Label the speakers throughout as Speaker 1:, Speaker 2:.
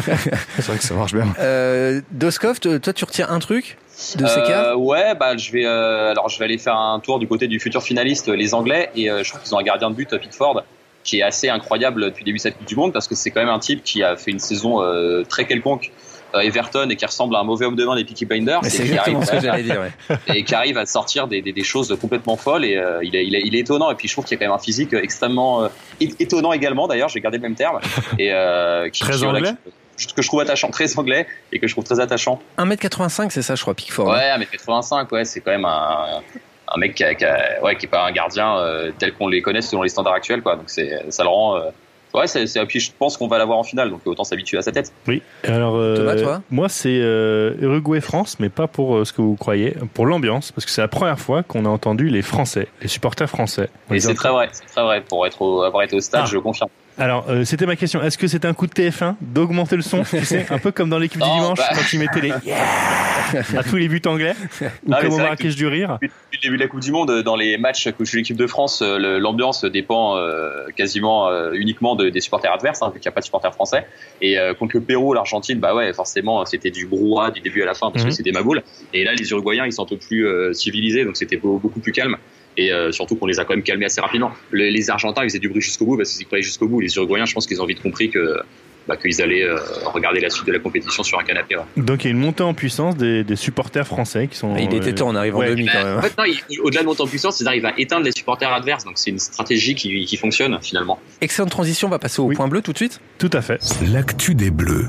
Speaker 1: C'est vrai que ça marche bien.
Speaker 2: Euh, Doskov, te- toi, tu retiens un truc de ces
Speaker 3: Euh,
Speaker 2: cas
Speaker 3: Ouais, bah je vais euh, alors je vais aller faire un tour du côté du futur finaliste, euh, les Anglais, et euh, je trouve qu'ils ont un gardien de but, euh, Pickford, qui est assez incroyable depuis le début de cette Coupe du Monde, parce que c'est quand même un type qui a fait une saison euh, très quelconque. à Everton et qui ressemble à un mauvais homme de main des Peaky Blinders
Speaker 2: Mais
Speaker 3: et
Speaker 2: C'est
Speaker 3: qui, arrive,
Speaker 2: exactement ce que j'allais dire. ouais.
Speaker 3: et qui arrive à sortir des, des, des choses complètement folles et euh, il, est, il, est, il est étonnant et puis je trouve qu'il y a quand même un physique extrêmement euh, é- étonnant également d'ailleurs j'ai gardé le même terme et euh, qui,
Speaker 4: Très
Speaker 3: qui, voilà,
Speaker 4: anglais
Speaker 3: qui- que je trouve attachant très anglais et que je trouve très attachant
Speaker 2: 1m85, c'est ça, je crois, Pickford. hein.
Speaker 3: Ouais, mais 85, ouais, c'est quand même un, un mec qui, a- qui a- ouais, qui est pas un gardien euh, tel qu'on les connaît selon les standards actuels, quoi. Donc c'est, ça le rend. euh, ouais, c'est, c'est- et puis je pense qu'on va l'avoir en finale, donc autant s'habituer à sa tête.
Speaker 4: Oui. Alors, euh,
Speaker 2: Thomas, toi
Speaker 4: moi, c'est euh, Uruguay-France, mais pas pour euh, ce que vous croyez, pour l'ambiance, parce que c'est la première fois qu'on a entendu les Français, les supporters français. On
Speaker 3: Et
Speaker 4: les
Speaker 3: c'est
Speaker 4: entend-
Speaker 3: très vrai, c'est très vrai. Pour être au- avoir été au stade,
Speaker 4: Ah.
Speaker 3: je confirme.
Speaker 4: Alors, euh, c'était ma question. Est-ce que c'était un coup de TF1 d'augmenter le son Tu sais, un peu comme dans l'équipe du
Speaker 3: Non,
Speaker 4: dimanche,
Speaker 3: bah.
Speaker 4: quand ils mettaient les Yeah à tous les buts anglais, ou
Speaker 3: Ah, mais
Speaker 4: comme
Speaker 3: c'est
Speaker 4: au
Speaker 3: vrai
Speaker 4: Marrakech du Rire.
Speaker 3: Depuis le début de la Coupe du Monde, dans les matchs que joue l'équipe de France, euh, le- l'ambiance dépend euh, quasiment euh, uniquement de- des supporters adverses, hein, vu qu'il n'y a pas de supporters français. Et euh, contre le Pérou, l'Argentine, bah ouais, forcément, c'était du brouhaha du début à la fin, parce
Speaker 4: Mhm.
Speaker 3: que c'est des maboules. Et là, les Uruguayens, ils sont un peu plus euh, civilisés, donc c'était beau- beaucoup plus calme. Et euh, surtout qu'on les a quand même calmés assez rapidement. Le- les Argentins, ils faisaient du bruit jusqu'au bout, parce qu'ils y croyaient jusqu'au bout. Les Uruguayens, je pense qu'ils ont vite compris que bah, qu'ils allaient euh, regarder la suite de la compétition sur un canapé. ouais.
Speaker 4: Donc, il y a une montée en puissance des, des supporters français qui sont.
Speaker 2: Ah, Il était
Speaker 4: euh,
Speaker 2: temps, on arrive en
Speaker 4: ouais.
Speaker 2: demi quand même.
Speaker 3: Bah, En fait, non, ils- au-delà de monter en puissance, ils arrivent à éteindre les supporters adverses. Donc, c'est une stratégie qui, qui fonctionne finalement.
Speaker 2: Excellente transition, on va passer au
Speaker 4: Oui.
Speaker 2: point bleu tout de suite.
Speaker 4: Tout à fait.
Speaker 5: L'actu des Bleus.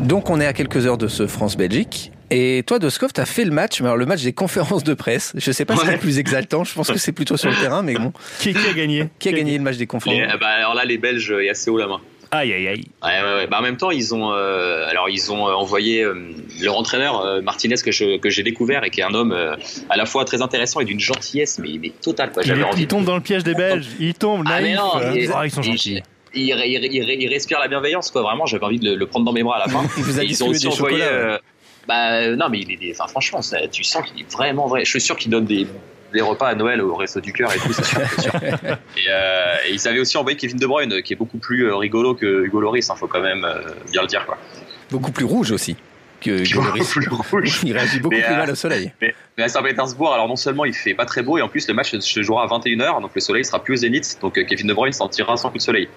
Speaker 2: Donc on est à quelques heures de ce France-Belgique. Et toi, Doskov, t'as fait le match, mais alors le match des conférences de presse. Je sais pas si c'est
Speaker 3: Ouais.
Speaker 2: le plus exaltant, je pense que c'est plutôt sur le terrain, mais bon.
Speaker 4: Qui, qui a gagné
Speaker 2: Qui a gagné le match des conférences
Speaker 3: Et, euh, bah, alors là, les Belges euh, est assez haut la main.
Speaker 4: Aïe, aïe, aïe.
Speaker 3: Ouais, ouais, ouais. Bah, en même temps, ils ont, euh, alors, ils ont euh, envoyé euh, leur entraîneur euh, Martinez que je- que j'ai découvert et qui est un homme euh, à la fois très intéressant et d'une gentillesse, mais, mais totale. Quoi.
Speaker 4: Il,
Speaker 3: J'avais
Speaker 4: il
Speaker 3: envie de-
Speaker 4: tombe dans le piège des Belges. Il tombe,
Speaker 3: Ah, mais
Speaker 4: naïf.
Speaker 3: non,
Speaker 4: Euh,
Speaker 3: mais-
Speaker 4: oh, ils sont
Speaker 3: et-
Speaker 4: gentils.
Speaker 3: il, il- il- il respire la bienveillance, quoi. Vraiment, j'avais envie de le, le prendre dans mes bras à la fin.
Speaker 2: Il vous a
Speaker 3: Et ils ont
Speaker 2: distribué
Speaker 3: aussi
Speaker 2: des
Speaker 3: envoyé.
Speaker 2: chocolats. ouais.
Speaker 3: euh, bah euh, non, mais il est. des- Enfin, franchement, ça- tu sens qu'il est vraiment vrai. Je suis sûr qu'il donne des, des repas à Noël au resto du cœur et tout. C'est sûr. c'est sûr. et, euh, et ils avaient aussi envoyé Kevin De Bruyne, qui est beaucoup plus euh, rigolo que Hugo Loris. hein, faut quand même euh, bien le dire, quoi.
Speaker 2: Beaucoup plus rouge aussi que que Lloris.
Speaker 3: Plus rouge.
Speaker 2: Il réagit beaucoup
Speaker 3: Mais,
Speaker 2: plus
Speaker 3: euh,
Speaker 2: mal au soleil.
Speaker 3: Mais à Saint-Pétersbourg, alors non seulement il fait pas très beau, et en plus le match se jouera à 21h, donc le soleil sera plus au zénith, donc euh, Kevin De Bruyne s'en tirera sans coup de soleil.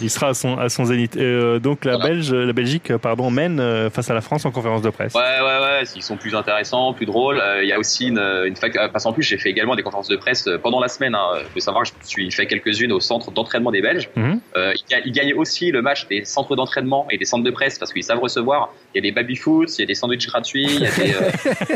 Speaker 4: Il sera à son, à son zénith. Euh, donc la,
Speaker 3: Voilà.
Speaker 4: Belge, la Belgique euh, pardon, mène euh, face à la France en conférence de presse.
Speaker 3: Ouais, ouais, ouais, ils sont plus intéressants, plus drôles. Euh, Il y a aussi une, une fac... euh, Parce qu'en plus, j'ai fait également des conférences de presse euh, pendant la semaine. Hein. Faut savoir que je suis fait quelques-unes au centre d'entraînement des Belges.
Speaker 4: Mhm.
Speaker 3: Euh, ils, ga- ils gagnent aussi le match des centres d'entraînement et des centres de presse parce qu'ils savent recevoir. Il y a des baby-foot, il y a des sandwichs gratuits, il y a des... euh,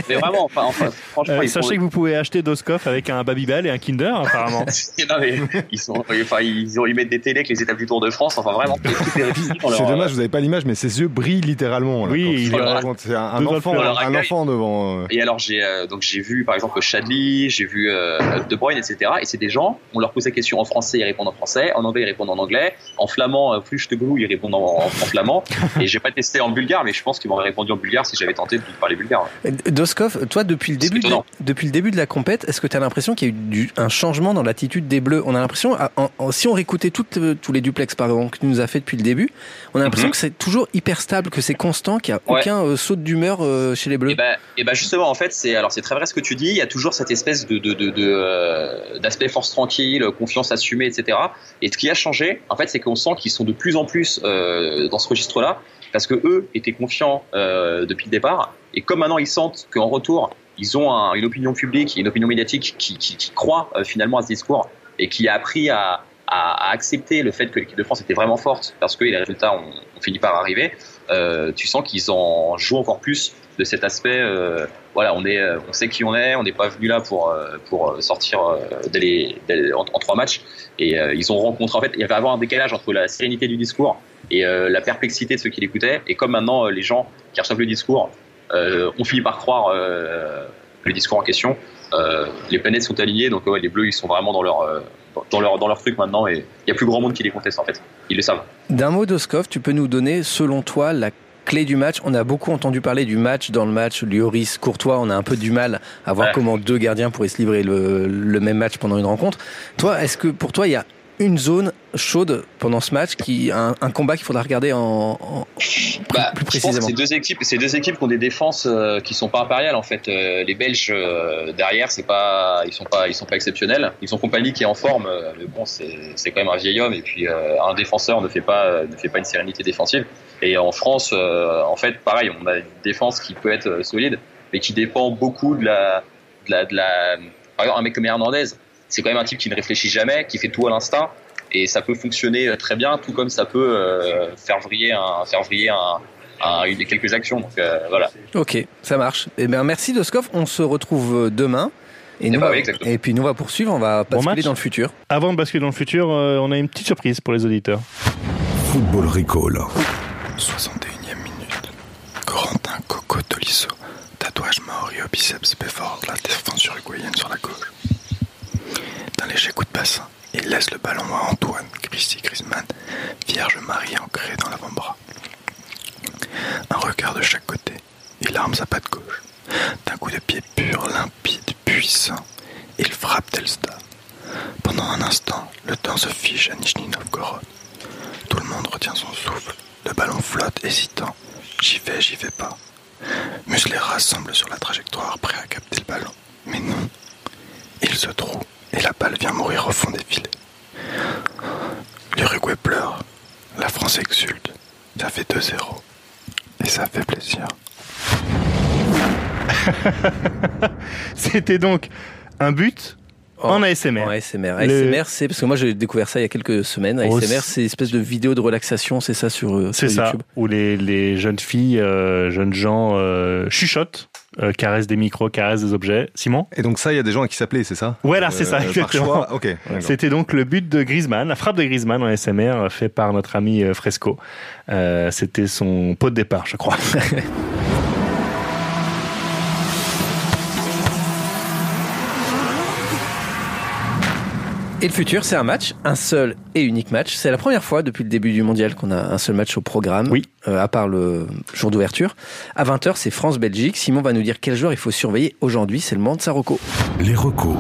Speaker 3: Mais vraiment, enfin, enfin, franchement,
Speaker 4: Euh,
Speaker 3: ils
Speaker 4: sachez que vous pouvez acheter Doskov avec un Babybel et un Kinder, apparemment.
Speaker 3: sont... Non, mais ils, sont... Enfin, ils, ont... ils mettent des télés avec les étapes du Tour de France. Enfin, vraiment, tout est réussi dans
Speaker 1: C'est
Speaker 3: leur-
Speaker 1: dommage, vous n'avez pas l'image, mais ses yeux brillent littéralement. là,
Speaker 4: Oui,
Speaker 1: quand
Speaker 4: il
Speaker 1: tu
Speaker 3: est-
Speaker 1: le racontes. C'est un, un
Speaker 4: Deux doigts
Speaker 1: enfant,
Speaker 4: de
Speaker 3: fleurs.
Speaker 1: un enfant devant. euh,
Speaker 3: Et alors j'ai euh, donc j'ai vu par exemple Chadli, j'ai vu euh, De Bruyne, etc. Et c'est des gens, on leur pose la question en français, ils répondent en français, en anglais, ils répondent en anglais, en flamand, euh, plus de glou, ils répondent en, en- en flamand. Et j'ai pas testé en bulgare, mais je pense qu'ils m'auraient répondu en bulgare si j'avais tenté de parler bulgare.
Speaker 2: Doskov, toi, depuis le
Speaker 3: C'est
Speaker 2: début, de,
Speaker 3: étonnant.
Speaker 2: depuis le début de la compète, est-ce que tu as l'impression qu'il y a eu du- un changement dans l'attitude des Bleus On a l'impression, à- en- en- si on réécoutait toutes, euh, tous les duplex par exemple que tu nous as fait depuis le début, on a l'impression
Speaker 3: Mhm.
Speaker 2: que c'est toujours hyper stable, que c'est constant, qu'il n'y a
Speaker 3: Ouais.
Speaker 2: aucun euh, saut d'humeur euh, chez les Bleus.
Speaker 3: Et ben et ben justement, en fait, c'est alors c'est très vrai ce que tu dis. Il y a toujours cette espèce de de- de- de, euh, d'aspect force tranquille, confiance assumée, etc. Et ce qui a changé, en fait, c'est qu'on sent qu'ils sont de plus en plus euh, dans ce registre-là, parce que eux étaient confiants euh, depuis le départ, et comme maintenant ils sentent qu'en retour, ils ont un- une opinion publique, et une opinion médiatique qui, qui, qui croit euh, finalement à ce discours et qui a appris à à, à accepter le fait que l'équipe de France était vraiment forte parce que les résultats ont, ont fini par arriver, euh, tu sens qu'ils en jouent encore plus de cet aspect. euh, voilà, on est, euh, on sait qui on est, on n'est pas venu là pour euh, pour euh, sortir euh, dès les- dès les- en, en trois matchs. Et euh, ils ont rencontré en fait, il y avait avant un décalage entre la sérénité du discours et euh, la perplexité de ceux qui l'écoutaient. Et comme maintenant euh, les gens qui reçoivent le discours, euh, on finit par croire euh, le discours en question. euh, les planètes sont alignées, donc ouais, les Bleus ils sont vraiment dans leur euh, dans- dans leur dans leur truc maintenant. Et il y a plus grand monde qui les conteste en fait. Ils le savent.
Speaker 2: D'un mot d'Oskov, tu peux nous donner, selon toi, la clé du match On a beaucoup entendu parler du match dans le match Lloris Courtois. On a un peu du mal à voir
Speaker 3: Ouais.
Speaker 2: comment deux gardiens pourraient se livrer le, le même match pendant une rencontre. Toi, est-ce que pour toi, il y a une zone chaude pendant ce match, qui un, un combat qu'il faudra regarder en, en- plus,
Speaker 3: Bah,
Speaker 2: plus
Speaker 3: Je pense
Speaker 2: précisément
Speaker 3: que ces deux équipes, ces deux équipes qui ont des défenses euh, qui sont pas impériales en fait. Euh, les Belges euh, derrière, c'est pas, ils sont pas, ils sont pas exceptionnels. Ils ont compagnie qui est en forme, euh, mais bon, c'est c'est quand même un vieil homme et puis euh, un défenseur ne fait pas, euh, ne fait pas une sérénité défensive. Et en France, euh, en fait, pareil, on a une défense qui peut être euh, solide, mais qui dépend beaucoup de la, de la, de la- Par exemple, un mec comme Hernandez, c'est quand même un type qui ne réfléchit jamais, qui fait tout à l'instinct. Et ça peut fonctionner euh, très bien, tout comme ça peut euh, faire vriller un, faire vriller un, à une des quelques actions. Donc euh, voilà.
Speaker 2: Ok, ça marche. Eh bien, merci Doskov. On se retrouve demain. Et, nous,
Speaker 3: bah
Speaker 2: va-
Speaker 3: oui, exactement.
Speaker 2: et puis nous, on va poursuivre. On va
Speaker 4: Bon
Speaker 2: basculer
Speaker 4: match.
Speaker 2: dans le futur.
Speaker 4: Avant de basculer dans le futur, euh, on a une petite surprise pour les auditeurs.
Speaker 5: Football Recall.
Speaker 6: 61e minute. Corentin Coco Tolisso. Tatouage maori au biceps Béfort, la défense uruguayenne sur la gauche. D'un léger coup de bassin, il laisse le ballon à Antoine Christy Griezmann, Vierge Marie ancrée dans l'avant-bras. Un regard de chaque côté, il arme sa patte gauche. D'un coup de pied pur, limpide, puissant, il frappe Telstar. Pendant un instant, le temps se fige à Nijni Novgorod. Tout le monde retient son souffle. Le ballon flotte, hésitant. J'y vais, j'y vais pas. Muslera semble sur la trajectoire, prêt à capter le ballon. Mais non. Il se trouve et la balle vient mourir au fond des filets. L'Uruguay pleure. La France exulte. Ça fait 2-0. Et ça fait plaisir.
Speaker 4: C'était donc un but
Speaker 1: Oh.
Speaker 4: en ASMR.
Speaker 2: En ASMR.
Speaker 4: Le-
Speaker 2: ASMR, c'est parce que moi j'ai découvert ça il y a quelques semaines.
Speaker 4: Oh,
Speaker 2: ASMR,
Speaker 4: c'est-
Speaker 2: c'est une espèce de vidéo de relaxation, c'est ça sur, euh,
Speaker 4: C'est
Speaker 2: sur
Speaker 4: ça,
Speaker 2: YouTube.
Speaker 4: où les, les jeunes filles, euh, jeunes gens euh, chuchotent, euh, caressent des micros, caressent des objets. Simon
Speaker 1: Et donc ça, il y a des gens à qui s'appelaient, c'est ça
Speaker 4: Ouais, là, c'est ça,
Speaker 1: Euh, Par
Speaker 4: exactement.
Speaker 1: choix, ok. d'accord.
Speaker 4: C'était donc le but de Griezmann, la frappe de Griezmann en SMR euh, fait par notre ami euh, Fresco. Euh, C'était son pot de départ, je crois.
Speaker 2: Et le futur, c'est un match, un seul et unique match. C'est la première fois depuis le début du mondial qu'on a un seul match au programme,
Speaker 4: Oui.
Speaker 2: euh, à part le jour d'ouverture. À 20h, c'est France-Belgique. Simon va nous dire quel joueur il faut surveiller aujourd'hui. C'est le moment de Saroko.
Speaker 5: Les recos.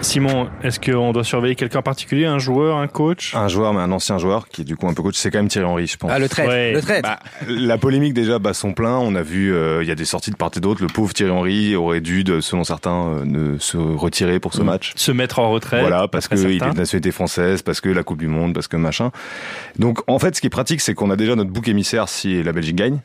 Speaker 4: Simon, est-ce qu'on doit surveiller quelqu'un en particulier, un joueur, un coach
Speaker 1: Un joueur, mais un ancien joueur qui est du coup un peu coach, c'est quand même Thierry Henry, je pense.
Speaker 2: Ah, le traître.
Speaker 4: Ouais.
Speaker 2: Le traître.
Speaker 1: Bah, la polémique déjà bat son plein. On a vu, euh, il y a des sorties de part et d'autre. Le pauvre Thierry Henry aurait dû, de- selon certains, euh, ne se retirer pour ce
Speaker 2: Mm.
Speaker 1: match.
Speaker 4: Se mettre en retrait
Speaker 1: Voilà, parce
Speaker 4: d'après
Speaker 1: qu'il est de
Speaker 4: certains.
Speaker 1: nationalité française, parce que la Coupe du Monde, parce que machin. Donc en fait, ce qui est pratique, c'est qu'on a déjà notre bouc émissaire si la Belgique gagne.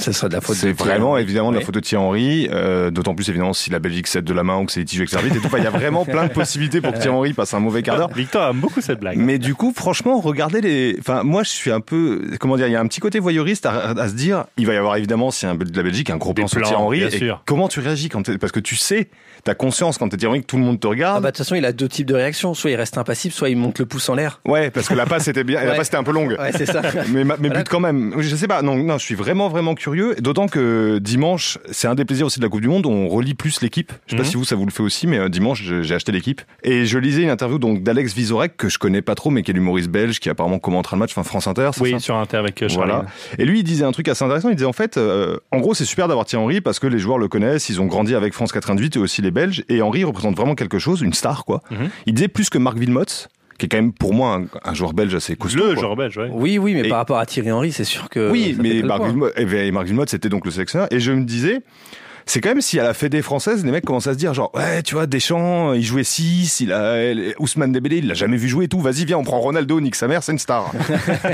Speaker 2: Ce sera de la faute de
Speaker 1: C'est
Speaker 2: Thierry
Speaker 1: vraiment
Speaker 2: Henry.
Speaker 1: évidemment de la
Speaker 2: Ouais.
Speaker 1: photo de Thierry Henry, euh, d'autant plus évidemment si la Belgique cède de la main ou que c'est litigieux avec l'arbitre et tout. Enfin, il y a vraiment plein de possibilités pour que Thierry Henry passe un mauvais quart d'heure.
Speaker 4: Victor aime beaucoup cette blague.
Speaker 1: Mais du coup, franchement, regardez les. Enfin, moi, je suis un peu. Comment dire Il y a un petit côté voyeuriste à, à se dire. Il va y avoir évidemment, si un de la Belgique, un gros
Speaker 4: Des
Speaker 1: plan sur
Speaker 4: plans,
Speaker 1: Thierry Henry.
Speaker 4: bien
Speaker 1: et
Speaker 4: sûr.
Speaker 1: Comment tu réagis quand t'es- Parce que tu sais, t'as conscience quand t'es Thierry Henry que tout le monde te
Speaker 2: Ah
Speaker 1: regarde.
Speaker 2: bah, de toute façon, il a deux types de réactions. Soit il reste impassible, soit il monte le pouce en l'air.
Speaker 1: Ouais, parce que la passe était bien. La
Speaker 2: Ouais.
Speaker 1: passe était un peu longue.
Speaker 2: Ouais, c'est ça.
Speaker 1: Mais, ma- mais
Speaker 2: Voilà.
Speaker 1: but quand même. Je sais pas. Non, non, je suis vraiment, vraiment curieux. D'autant que dimanche, c'est un des plaisirs aussi de la Coupe du Monde. On relit plus l'équipe. Je sais pas
Speaker 4: Mhm.
Speaker 1: si vous, ça vous le fait aussi, mais euh, dimanche, je- j'ai acheté l'équipe. Et je lisais une interview donc d'Alex Vizorek, que je connais pas trop, mais qui est l'humoriste belge, qui apparemment commentera le match, enfin France Inter. c'est
Speaker 4: Oui,
Speaker 1: ça
Speaker 4: sur Inter avec euh, Charline.
Speaker 1: Voilà. Et lui, il disait un truc assez intéressant. Il disait en fait, euh, en gros, c'est super d'avoir Thierry Henry parce que les joueurs le connaissent, ils ont grandi avec France 98 et aussi les Belges. Et Henry représente vraiment quelque chose, une star, quoi.
Speaker 4: Mhm.
Speaker 1: Il disait plus que Marc Wilmots, qui est quand même pour moi un, un joueur belge assez costaud.
Speaker 4: Le
Speaker 1: quoi.
Speaker 4: joueur belge, ouais.
Speaker 2: Oui, oui, mais
Speaker 1: Et-
Speaker 2: par rapport à Thierry Henry, c'est sûr que.
Speaker 1: Oui,
Speaker 2: ça fait
Speaker 1: mais
Speaker 2: peu de
Speaker 1: Marc
Speaker 2: points.
Speaker 1: Wilmots, et Marc Wilmots, c'était donc le sélectionneur. Et je me disais, c'est quand même si à la Fédé française, les mecs commencent à se dire genre ouais, tu vois, Deschamps, il jouait 6, il a Ousmane Dembélé, il l'a jamais vu jouer et tout. Vas-y, viens, on prend Ronaldo, nique sa mère, c'est une star.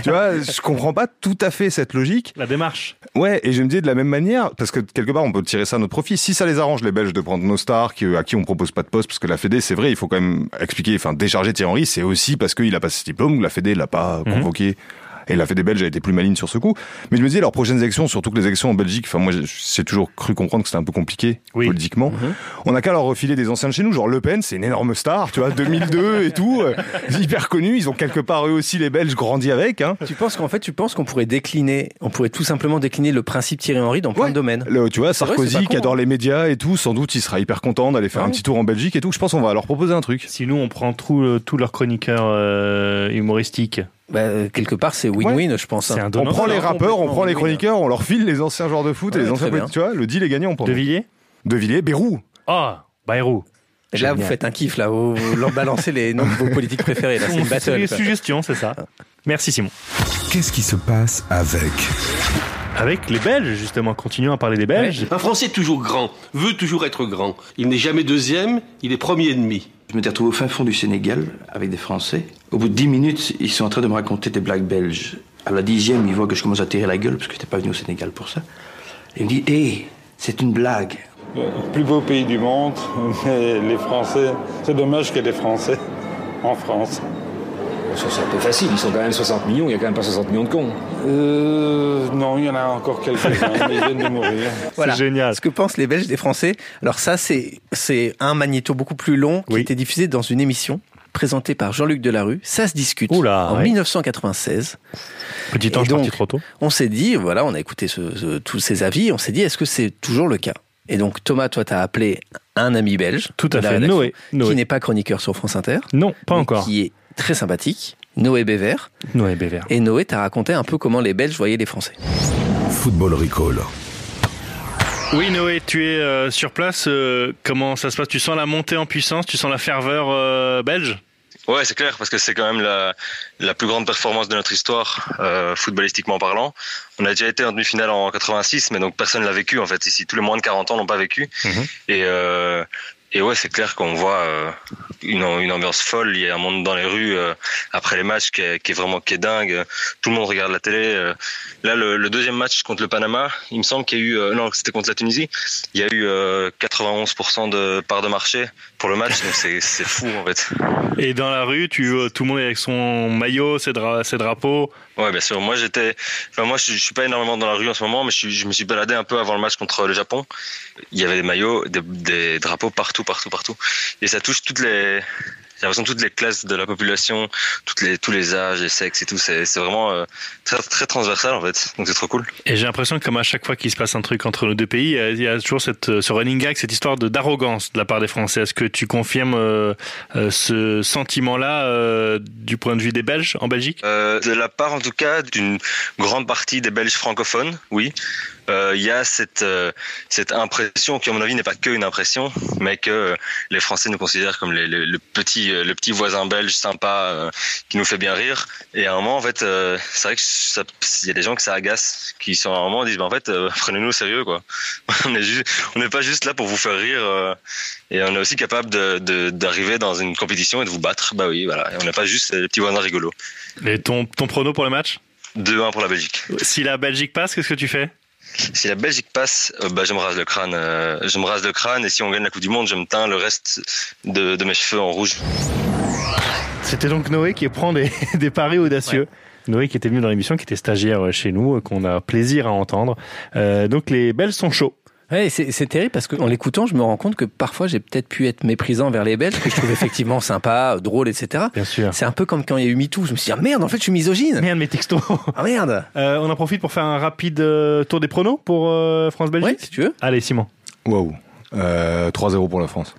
Speaker 1: tu vois, je comprends pas tout à fait cette logique.
Speaker 4: La démarche.
Speaker 1: Ouais, et je me dis de la même manière, parce que quelque part on peut tirer ça à notre profit. Si ça les arrange les Belges de prendre nos stars, qui- à qui on propose pas de poste, parce que la Fédé, c'est vrai, il faut quand même expliquer, enfin décharger Thierry Henry, c'est aussi parce qu'il a pas ce diplôme, que la Fédé l'a pas convoqué. Et la Fédé belge a été plus maligne sur ce coup. Mais je me dis, leurs prochaines élections, surtout que les élections en Belgique, enfin moi j'ai- j'ai toujours cru comprendre que c'était un peu compliqué
Speaker 4: Oui.
Speaker 1: politiquement. On n'a qu'à leur refiler des anciens de chez nous, genre Le Pen, c'est une énorme star, tu vois, 2002 et tout, euh, hyper connu. Ils ont quelque part eux aussi les Belges grandi avec. Hein.
Speaker 2: Tu penses qu'en fait, tu penses qu'on pourrait décliner, on pourrait tout simplement décliner le principe Thierry Henry dans plein
Speaker 1: Ouais.
Speaker 2: de domaines.
Speaker 1: Le- tu vois,
Speaker 2: C'est vrai,
Speaker 1: Sarkozy
Speaker 2: c'est pas
Speaker 1: qui
Speaker 2: con,
Speaker 1: adore
Speaker 2: hein.
Speaker 1: les médias et tout, sans doute il sera hyper content d'aller faire
Speaker 2: Ouais.
Speaker 1: un petit tour en Belgique et tout. Je pense qu'on va leur proposer un truc.
Speaker 4: Si nous, on prend tout, euh, tous leurs chroniqueurs euh, humoristiques.
Speaker 2: Bah, euh, quelque part, c'est win-win, je pense. hein.
Speaker 4: C'est un
Speaker 1: On
Speaker 4: donnant.
Speaker 1: prend les
Speaker 2: non,
Speaker 1: rappeurs, on
Speaker 2: complètement,
Speaker 1: prend les
Speaker 2: oui, hein.
Speaker 1: chroniqueurs, on leur file les anciens joueurs de foot et
Speaker 2: Ouais,
Speaker 1: les
Speaker 2: très
Speaker 1: anciens.
Speaker 2: bien.
Speaker 1: Tu vois, le deal est gagnant pour
Speaker 4: De
Speaker 1: nous.
Speaker 4: Villiers
Speaker 1: De Villiers, Bérou.
Speaker 4: Ah, Bayrou.
Speaker 2: Et Là, vous
Speaker 4: Génial.
Speaker 2: faites un kiff, là. Vous, vous leur balancez les noms de vos politiques préférés. Là, Bah, c'est une
Speaker 4: On- C'est
Speaker 2: battle.
Speaker 4: les
Speaker 2: quoi.
Speaker 4: suggestions, c'est ça. Merci Simon.
Speaker 5: Qu'est-ce qui se passe avec
Speaker 4: Avec les Belges, justement, continuons à parler des Belges.
Speaker 7: Un Français toujours grand, veut toujours être grand. Il n'est jamais deuxième, il est premier ennemi.
Speaker 8: Je m'étais retrouvé au fin fond du Sénégal avec des Français. Au bout de 10 minutes, ils sont en train de me raconter des blagues belges. À la dixième, ils voient que je commence à tirer la gueule parce que j'étais pas venu au Sénégal pour ça. Et ils me disent Hé, c'est une blague.
Speaker 9: Le plus beau pays du monde, mais les Français, c'est dommage que les Français en France.
Speaker 10: C'est un peu facile, ils sont quand même 60 millions, il n'y a quand même pas 60 millions de cons.
Speaker 9: Euh, non, il y en a encore quelques-uns, mais ils viennent de mourir.
Speaker 2: Voilà.
Speaker 4: génial.
Speaker 2: Ce que pensent les Belges des Français. Alors ça, c'est c'est un magnéto beaucoup plus long qui
Speaker 4: Oui.
Speaker 2: était diffusé dans une émission présentée par Jean-Luc Delarue. Ça se discute.
Speaker 4: Oula,
Speaker 2: en
Speaker 4: ouais.
Speaker 2: 1996,
Speaker 4: Petit
Speaker 2: Et
Speaker 4: ange
Speaker 2: donc-
Speaker 4: parti trop tôt.
Speaker 2: on s'est dit, voilà, on a écouté ce- ce- tous ces avis, on s'est dit, est-ce que c'est toujours le cas Et donc Thomas, toi, t'as appelé un ami belge,
Speaker 4: Tout à
Speaker 2: de la
Speaker 4: fait.
Speaker 2: rédaction,
Speaker 4: Noé.
Speaker 2: qui
Speaker 4: Noé.
Speaker 2: n'est pas chroniqueur sur France Inter,
Speaker 4: Non, pas
Speaker 2: mais
Speaker 4: encore.
Speaker 2: qui est très sympathique, Noé Béver.
Speaker 4: Noé Bévert.
Speaker 2: Et Noé t'a raconté un peu comment les Belges voyaient les Français.
Speaker 5: Football Recall
Speaker 4: Oui, Noé, tu es euh, sur place. euh, comment ça se passe Tu sens la montée en puissance Tu sens la ferveur euh, belge
Speaker 11: Ouais, c'est clair, parce que c'est quand même la, la plus grande performance de notre histoire, euh, footballistiquement parlant. On a déjà été en demi-finale en 86, mais donc personne l'a vécu, en fait, ici. Tous les moins de 40 ans l'ont pas vécu.
Speaker 4: Mhm.
Speaker 11: Et, euh, et ouais, c'est clair qu'on voit euh, une, une ambiance folle. Il y a un monde dans les rues euh, après les matchs qui est, qui est vraiment qui est dingue. Tout le monde regarde la télé. euh. Là, le, le deuxième match contre le Panama, il me semble qu'il y a eu... euh, non, c'était contre la Tunisie. Il y a eu euh, 91% de part de marché pour le match, donc c'est c'est fou, en fait.
Speaker 4: Et dans la rue, tu vois tout le monde avec son maillot, ses, dra- ses drapeaux.
Speaker 11: Ouais, bien sûr. Moi, j'étais. Enfin, moi, je, je suis pas énormément dans la rue en ce moment, mais je, suis- je me suis baladé un peu avant le match contre le Japon. Il y avait des maillots, des, des drapeaux partout, partout, partout. Et ça touche toutes les. J'ai l'impression que toutes les classes de la population, toutes les, tous les âges, les sexes et tout. C'est c'est vraiment euh, très, très transversal en fait. Donc c'est trop cool.
Speaker 4: Et j'ai l'impression que comme à chaque fois qu'il se passe un truc entre nos deux pays, euh, il y a toujours cette, euh, ce running gag, cette histoire de d'arrogance de la part des Français. Est-ce que tu confirmes euh, euh, ce sentiment-là euh, du point de vue des Belges en Belgique
Speaker 11: Euh, de la part, en tout cas, d'une grande partie des Belges francophones, oui. Euh, Il y a cette, euh, cette impression qui, à mon avis, n'est pas qu'une impression, mais que euh, les Français nous considèrent comme les, les- le, petit, euh, le petit voisin belge sympa euh, qui nous fait bien rire. Et à un moment, en fait, euh, c'est vrai qu'il y a des gens que ça agace, qui sont à un moment disent, bah, en fait, euh, prenez-nous au sérieux, quoi. on est juste- on n'est pas juste là pour vous faire rire. euh, et on est aussi capable de- de- d'arriver dans une compétition et de vous battre. Bah oui, voilà. Et on n'est pas juste euh, les petits voisins rigolos.
Speaker 4: Et ton, ton prono pour le match
Speaker 11: 2-1 pour la Belgique.
Speaker 4: Si la Belgique passe, qu'est-ce que tu fais
Speaker 11: Si la Belgique passe, euh, bah, je me rase le crâne. euh, je me rase le crâne et si on gagne la Coupe du Monde, je me teins le reste de, de mes cheveux en rouge.
Speaker 4: C'était donc Noé qui prend des, des paris audacieux. Noé qui était venu dans l'émission, qui était stagiaire euh, chez nous, euh, qu'on a plaisir à entendre. Euh, donc les Belges sont chauds.
Speaker 2: Ouais, et c'est c'est terrible parce qu'en l'écoutant, je me rends compte que parfois j'ai peut-être pu être méprisant vers les Belges, que je trouve effectivement sympa, drôle, etc.
Speaker 4: Bien sûr.
Speaker 2: C'est un peu comme quand il y a eu MeToo. Je me suis dit, ah merde, en fait, je suis misogyne.
Speaker 4: Merde mes textos.
Speaker 2: Ah merde.
Speaker 4: Euh, on en profite pour faire un rapide euh, tour des pronos pour euh,
Speaker 2: Ouais,
Speaker 4: France-Belgique.
Speaker 2: si tu veux.
Speaker 4: Allez Simon.
Speaker 1: Waouh. Euh, 3-0 pour la France.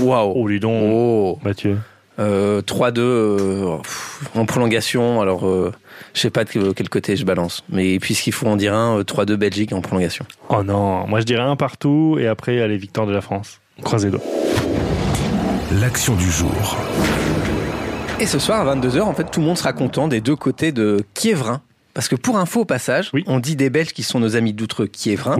Speaker 2: Waouh.
Speaker 4: lui donc.
Speaker 2: Oh.
Speaker 4: Mathieu.
Speaker 2: Euh, 3-2 euh, pff, en prolongation. Alors, euh, je sais pas de quel côté je balance. Mais puisqu'il faut en dire un, euh, 3-2 Belgique en prolongation.
Speaker 4: Oh non, moi je dirais un partout et après allez victoire de la France. Croisez dos.
Speaker 5: L'action du jour
Speaker 2: Et ce soir, à 22h, en fait, tout le monde sera content des deux côtés de Kievrin. Parce que pour info, au passage, on dit des Belges qui sont nos amis d'outre-Kiévrin,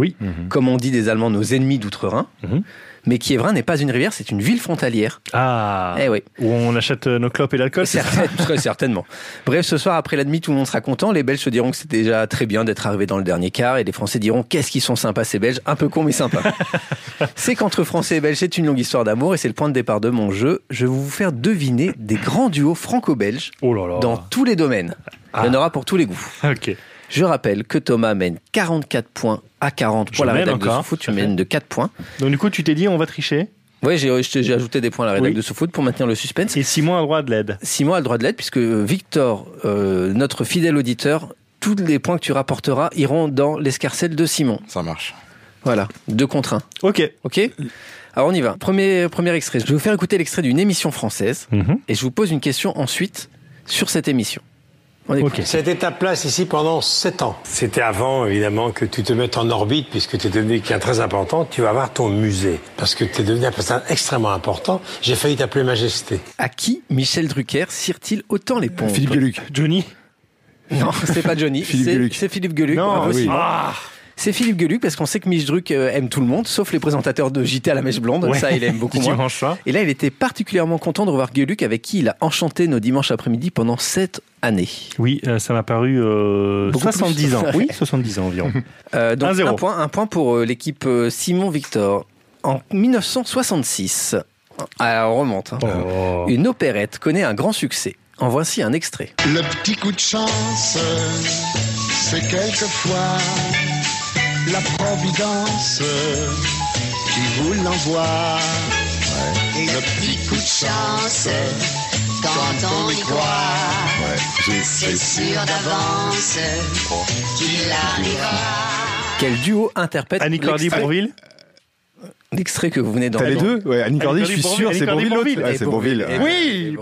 Speaker 2: comme on dit des Allemands nos ennemis d'outre-Rhin.
Speaker 4: Mhm.
Speaker 2: Mais Kiévrin n'est pas une rivière, c'est une ville frontalière.
Speaker 4: Ah
Speaker 2: Eh oui.
Speaker 4: Où on achète euh, nos clopes et l'alcool c'est ça
Speaker 2: Certain- très certainement. Bref, ce soir, après la demi, tout le monde sera content. Les Belges se diront que c'est déjà très bien d'être arrivé dans le dernier quart. Et les Français diront qu'est-ce qu'ils sont sympas, ces Belges. Un peu cons, mais sympas. c'est qu'entre Français et Belges, c'est une longue histoire d'amour. Et c'est le point de départ de mon jeu. Je vais vous faire deviner des grands duos franco-belges
Speaker 4: Oh
Speaker 2: dans tous les domaines.
Speaker 4: Ah.
Speaker 2: Il y en aura pour tous les goûts.
Speaker 4: Ok.
Speaker 2: Je rappelle que Thomas mène 44 points à 40 pour
Speaker 4: Je
Speaker 2: la
Speaker 4: mène
Speaker 2: rédaction de
Speaker 4: encore,
Speaker 2: ce foot. Tu
Speaker 4: tout à fait.
Speaker 2: mènes de 4 points.
Speaker 4: Donc du coup, tu t'es dit, on va tricher
Speaker 2: Oui, j'ai j'ai- j'ai ajouté des points à la rédaction
Speaker 4: Oui.
Speaker 2: de ce foot pour maintenir le suspense.
Speaker 4: Et Simon a le droit de l'aide.
Speaker 2: Simon a le droit de l'aide puisque Victor, euh, notre fidèle auditeur, tous les points que tu rapporteras iront dans l'escarcelle de Simon.
Speaker 12: Ça marche.
Speaker 2: Voilà, deux contre un.
Speaker 4: Ok.
Speaker 2: Ok Alors on y va. Premier, premier extrait. Je vais vous faire écouter l'extrait d'une émission française
Speaker 4: Mhm.
Speaker 2: et je vous pose une question ensuite sur cette émission.
Speaker 13: C'était ta place ici pendant 7 ans. C'était avant, évidemment, que tu te mettes en orbite, puisque tu es devenu quelqu'un de très important. Tu vas voir ton musée, parce que tu es devenu un personnage extrêmement important. J'ai failli t'appeler Majesté.
Speaker 2: À qui Michel Drucker tire-t-il autant les pompes
Speaker 13: Philippe
Speaker 2: Gueluc.
Speaker 4: Johnny
Speaker 2: Non, c'est pas Johnny.
Speaker 4: Philippe
Speaker 2: c'est-
Speaker 4: Gueluc.
Speaker 2: C'est Philippe Gueluc.
Speaker 4: Non,
Speaker 2: bravo,
Speaker 4: ah oui.
Speaker 2: Simon.
Speaker 4: Ah.
Speaker 2: C'est Philippe Gueluc parce qu'on sait que Mich Druck euh, aime tout le monde, sauf les présentateurs de JT à la mèche blonde.
Speaker 4: Ouais.
Speaker 2: Ça, il aime beaucoup
Speaker 4: Du
Speaker 2: moins.
Speaker 4: dimanche soir.
Speaker 2: Et là, il était particulièrement content de revoir Gueluc avec qui il a enchanté nos dimanches après-midi pendant sept années.
Speaker 4: Oui, euh, ça m'a paru euh,
Speaker 2: Beaucoup
Speaker 4: 70
Speaker 2: plus.
Speaker 4: ans. Oui, 70 ans environ.
Speaker 2: Euh, donc,
Speaker 4: Un
Speaker 2: un,
Speaker 4: zéro.
Speaker 2: point, un point pour euh, l'équipe euh, Simon Victor. En 1966, alors euh, on remonte, hein.
Speaker 4: Oh.
Speaker 2: une opérette connaît un grand succès. En voici un extrait.
Speaker 14: Le petit coup de chance, c'est quelquefois la providence qui vous l'envoie. Le petit coup de chance, quand on y croit, c'est sûr d'avance qu'il arrivera.
Speaker 2: Quel duo interprète
Speaker 4: Annie Cordy
Speaker 2: l'extrait-
Speaker 4: Bourville
Speaker 2: L'extrait que vous venez d'entendre.
Speaker 1: T'as les deux Ouais, Annie Cordy, je suis sûr, c'est Bourville l'autre. Ouais,
Speaker 2: Et
Speaker 1: c'est Bourville.
Speaker 2: et
Speaker 1: ouais.
Speaker 4: Oui,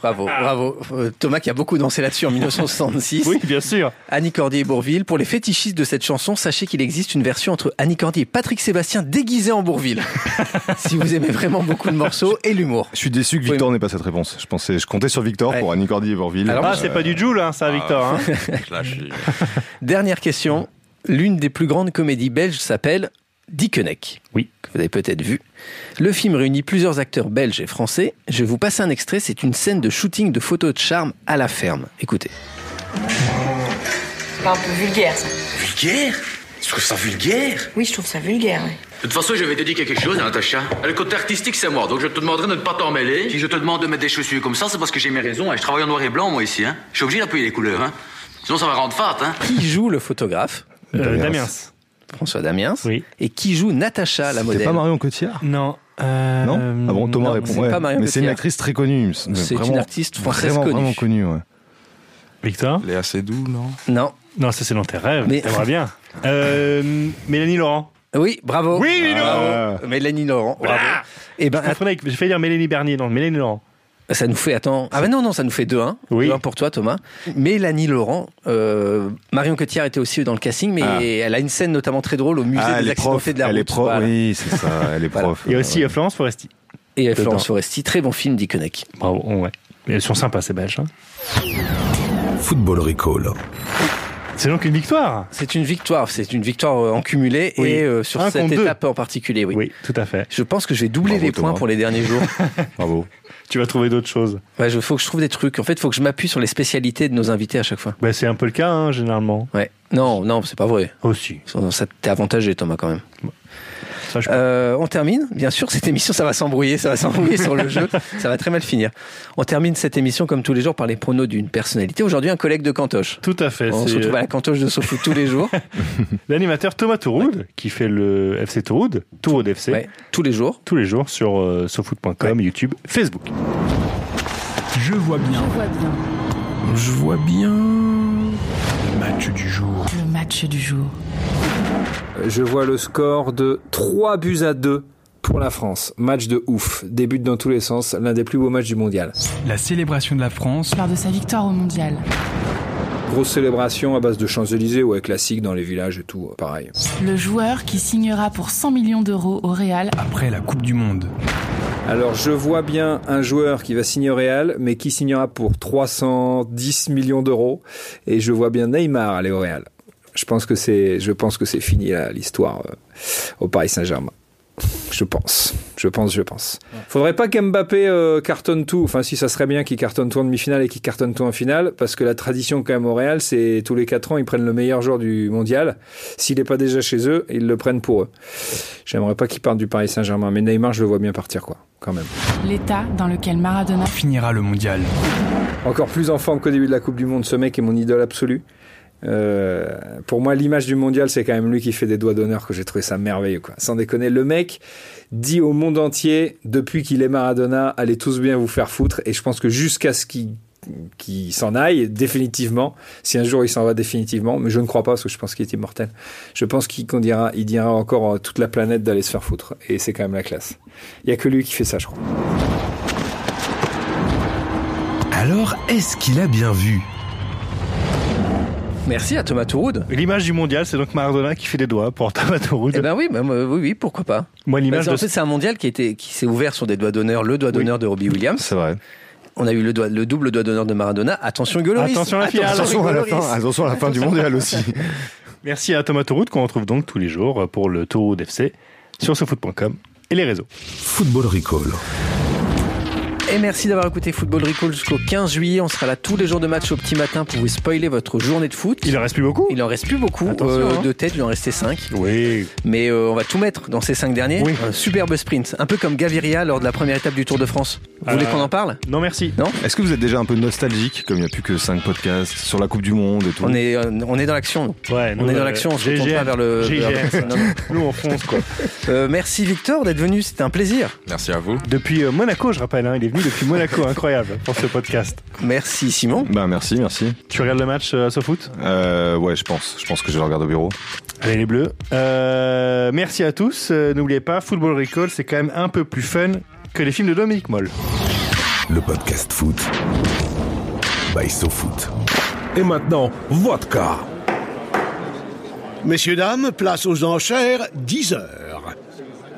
Speaker 2: Bravo, bravo. Euh, Thomas qui a beaucoup dansé là-dessus en 1966.
Speaker 4: Oui, bien sûr.
Speaker 2: Annie Cordy et Bourville. Pour les fétichistes de cette chanson, sachez qu'il existe une version entre Annie Cordy et Patrick Sébastien déguisé en Bourville. si vous aimez vraiment beaucoup le morceau et l'humour.
Speaker 1: Je suis déçu que Victor n'ait pas cette réponse. Je pensais, je comptais sur Victor pour Annie Cordy et Bourville.
Speaker 4: ah, c'est pas du Joule, hein, ça, Victor. hein.
Speaker 2: Dernière question. L'une des plus grandes comédies belges s'appelle Dickeneck.
Speaker 4: Oui.
Speaker 2: Que vous avez peut-être vu. Le film réunit plusieurs acteurs belges et français. Je vous passe un extrait. C'est une scène de shooting de photos de charme à la ferme. Écoutez.
Speaker 15: C'est pas un peu vulgaire, ça.
Speaker 16: Vulgaire Tu trouves ça vulgaire
Speaker 15: Oui, je trouve ça vulgaire. oui.
Speaker 16: De toute façon, je vais te dire quelque chose, Natacha. Le côté artistique, c'est moi, donc je te demanderai de ne pas t'en mêler. Si je te demande de mettre des chaussures comme ça, c'est parce que j'ai mes raisons. hein. Je travaille en noir et blanc, moi, ici. hein. Je suis obligé d'appuyer les couleurs. hein. Sinon, ça va rendre farte. Hein.
Speaker 2: Qui joue le photographe
Speaker 4: Euh, Damiens.
Speaker 2: François Damiens. Et qui joue Natacha, Ah, la
Speaker 1: C'était
Speaker 2: modèle
Speaker 1: pas Marion Cotillard
Speaker 4: Non. euh,
Speaker 1: Non Ah bon, Thomas
Speaker 2: Euh, non,
Speaker 1: répond.
Speaker 2: c'est
Speaker 1: ouais.
Speaker 2: pas Marion
Speaker 1: Mais c'est une
Speaker 2: Cotillard.
Speaker 1: actrice très connue. il me semble.
Speaker 2: C'est une
Speaker 1: Vraiment-
Speaker 2: artiste française
Speaker 1: vraiment,
Speaker 2: connue.
Speaker 1: Vraiment connue, ouais.
Speaker 4: Victor
Speaker 12: Elle est assez doux, non
Speaker 2: Non.
Speaker 4: Non, ça, c'est dans tes rêves.
Speaker 2: Mais-
Speaker 4: T'aimerais bien. Euh, Mélanie Laurent.
Speaker 2: Oui, bravo.
Speaker 4: Oui,
Speaker 1: Ah.
Speaker 2: Bravo.
Speaker 4: Laurent
Speaker 2: Mélanie Laurent. Bravo. Et ben,
Speaker 4: Je avec, j'ai failli dire Mélanie Bernier, non, Mélanie Laurent.
Speaker 2: Ça nous fait, attends. Ah, ben non, non, ça nous fait 2-1. 2-1 pour toi, Thomas. Mélanie Laurent, euh, Marion Cotillard était aussi dans le casting, mais
Speaker 1: Ah.
Speaker 2: elle a une scène notamment très drôle au musée
Speaker 1: Ah, elle
Speaker 2: des
Speaker 1: est prof.
Speaker 2: accidentés de la route.
Speaker 1: Elle est prof,
Speaker 2: Voilà.
Speaker 1: oui, c'est ça, elle est prof.
Speaker 2: Ah,
Speaker 4: Et aussi euh, Florence Foresti.
Speaker 2: Et
Speaker 4: Dedans.
Speaker 2: Florence Foresti, très bon film d'Iconek.
Speaker 4: Bravo, oh, ouais. Mais elles sont sympas, ces Belges. hein.
Speaker 5: Football Recall.
Speaker 4: C'est donc une victoire.
Speaker 2: C'est une victoire, c'est une victoire euh, en cumulé
Speaker 4: Oui.
Speaker 2: et euh, sur
Speaker 4: Un
Speaker 2: cette
Speaker 4: contre deux.
Speaker 2: étape en particulier, oui.
Speaker 4: Oui, tout à fait.
Speaker 2: Je pense que je vais doubler les points
Speaker 4: Thomas.
Speaker 2: pour les derniers jours.
Speaker 1: Bravo.
Speaker 4: Tu vas trouver d'autres choses.
Speaker 2: Ouais, je faut que je trouve des trucs. En fait, faut que je m'appuie sur les spécialités de nos invités à chaque fois.
Speaker 4: Bah, c'est un peu le cas, hein, généralement.
Speaker 2: Ouais. Non, non, c'est pas vrai.
Speaker 4: Aussi.
Speaker 2: Ça t'es avantagé, Thomas, quand même. Euh, on termine, bien sûr, cette émission, ça va s'embrouiller, ça va s'embrouiller sur le jeu, ça va très mal finir. On termine cette émission, comme tous les jours, par les pronos d'une personnalité. Aujourd'hui, un collègue de Cantoche.
Speaker 4: Tout à fait.
Speaker 2: On se
Speaker 4: c'est- euh,
Speaker 2: retrouve à la Cantoche de Sofou tous les jours.
Speaker 4: L'animateur Thomas Touroud, qui fait le FC Touroud, Touroud FC.
Speaker 2: tous les jours.
Speaker 4: Tous les jours sur euh, sofoot.com, YouTube, Facebook.
Speaker 17: Je vois bien. Je vois bien. Le match du jour.
Speaker 18: Le match du jour.
Speaker 17: Je vois le score de 3 buts à 2 pour la France. Match de ouf. Des buts dans tous les sens. L'un des plus beaux matchs du mondial.
Speaker 19: La célébration de la France.
Speaker 18: Lors de sa victoire au mondial.
Speaker 17: Grosse célébration à base de Champs-Élysées, ouais, classique dans les villages et tout, euh, pareil.
Speaker 18: Le joueur qui signera pour 100 millions d'euros au Real.
Speaker 19: Après la Coupe du Monde.
Speaker 2: Alors je vois bien un joueur qui va signer au Real, mais qui signera pour 310 millions d'euros, et je vois bien Neymar aller au Real. Je pense que c'est, je pense que c'est fini là, l'histoire euh, au Paris Saint-Germain. Je pense, je pense, je pense. Faudrait pas qu'Mbappé euh, cartonne tout. Enfin, si ça serait bien qu'il cartonne tout en demi-finale et qu'il cartonne tout en finale, parce que la tradition quand même au Real, c'est tous les quatre ans ils prennent le meilleur joueur du mondial. S'il n'est pas déjà chez eux, ils le prennent pour eux. J'aimerais pas qu'il parte du Paris Saint-Germain, mais Neymar, je le vois bien partir quoi, quand même.
Speaker 20: L'état dans lequel Maradona
Speaker 2: finira le mondial. Encore plus en forme qu'au début de la Coupe du Monde, ce mec est mon idole absolue. Euh, pour moi, l'image du mondial, c'est quand même lui qui fait des doigts d'honneur que j'ai trouvé ça merveilleux. Quoi. Sans déconner, le mec dit au monde entier, depuis qu'il est Maradona, allez tous bien vous faire foutre. Et je pense que jusqu'à ce qu'il qu'il s'en aille définitivement, si un jour il s'en va définitivement, mais je ne crois pas parce que je pense qu'il est immortel, je pense qu'il qu'on dira, il dira encore à toute la planète d'aller se faire foutre. Et c'est quand même la classe. Il n'y a que lui qui fait ça, je crois.
Speaker 5: Alors, est-ce qu'il a bien vu
Speaker 21: Merci à Thomas Touroud.
Speaker 4: L'image du mondial, c'est donc Maradona qui fait des doigts pour Thomas Touroud.
Speaker 21: Eh ben oui, ben, euh, oui, oui, pourquoi pas.
Speaker 4: Moi, l'image
Speaker 21: Parce qu'en
Speaker 4: de-
Speaker 21: fait, c'est un mondial qui, était, qui s'est ouvert sur des doigts d'honneur, le doigt d'honneur de Robbie Williams.
Speaker 1: C'est vrai.
Speaker 21: On a eu le, doigt, le double doigt d'honneur de Maradona. Attention, Gueuloris.
Speaker 4: Attention à la finale.
Speaker 1: Attention à la
Speaker 21: Gueuloris.
Speaker 1: fin, attention à la fin du mondial aussi.
Speaker 4: Merci à Thomas Touroud qu'on retrouve donc tous les jours pour le Touroud FC sur sofoot.com et les réseaux.
Speaker 5: Football Recall.
Speaker 21: Et merci d'avoir écouté Football Recall jusqu'au 15 juillet. On sera là tous les jours de match au petit matin pour vous spoiler votre journée de foot.
Speaker 4: Il en reste plus beaucoup
Speaker 21: Il en reste plus beaucoup.
Speaker 4: Attention,
Speaker 21: Euh,
Speaker 4: hein.
Speaker 21: De tête, il en restait 5.
Speaker 4: Oui.
Speaker 21: Mais euh, on va tout mettre dans ces 5 derniers.
Speaker 4: Oui.
Speaker 21: Un superbe sprint. Un peu comme Gaviria lors de la première étape du Tour de France. Vous voulez
Speaker 1: Euh,
Speaker 21: qu'on en parle
Speaker 4: Non, merci.
Speaker 21: Non
Speaker 1: Est-ce que vous êtes déjà un peu nostalgique, comme il n'y a plus que 5 podcasts sur la Coupe du Monde et tout
Speaker 21: on est, euh, on est dans l'action. nous.
Speaker 4: Ouais,
Speaker 21: on est dans l'action, on se retourne pas vers le. vers la personne. Non, non.
Speaker 4: Nous, on fonce, quoi.
Speaker 21: Euh, merci Victor d'être venu, c'était un plaisir.
Speaker 4: Merci à vous. Depuis euh, Monaco, je rappelle, hein, il est venu depuis Monaco, incroyable, pour ce podcast.
Speaker 21: Merci Simon.
Speaker 1: Bah merci, merci.
Speaker 4: Tu regardes le match euh, à SoFoot
Speaker 1: Euh, ouais, je pense. Je pense que je le regarde au bureau.
Speaker 4: Allez les bleus. Euh, merci à tous. Euh, N'oubliez pas, Football Recall, c'est quand même un peu plus fun que les films de Dominique Moll.
Speaker 5: Le podcast foot. By SoFoot. Et maintenant, vodka.
Speaker 22: Messieurs, dames, place aux enchères, 10 heures.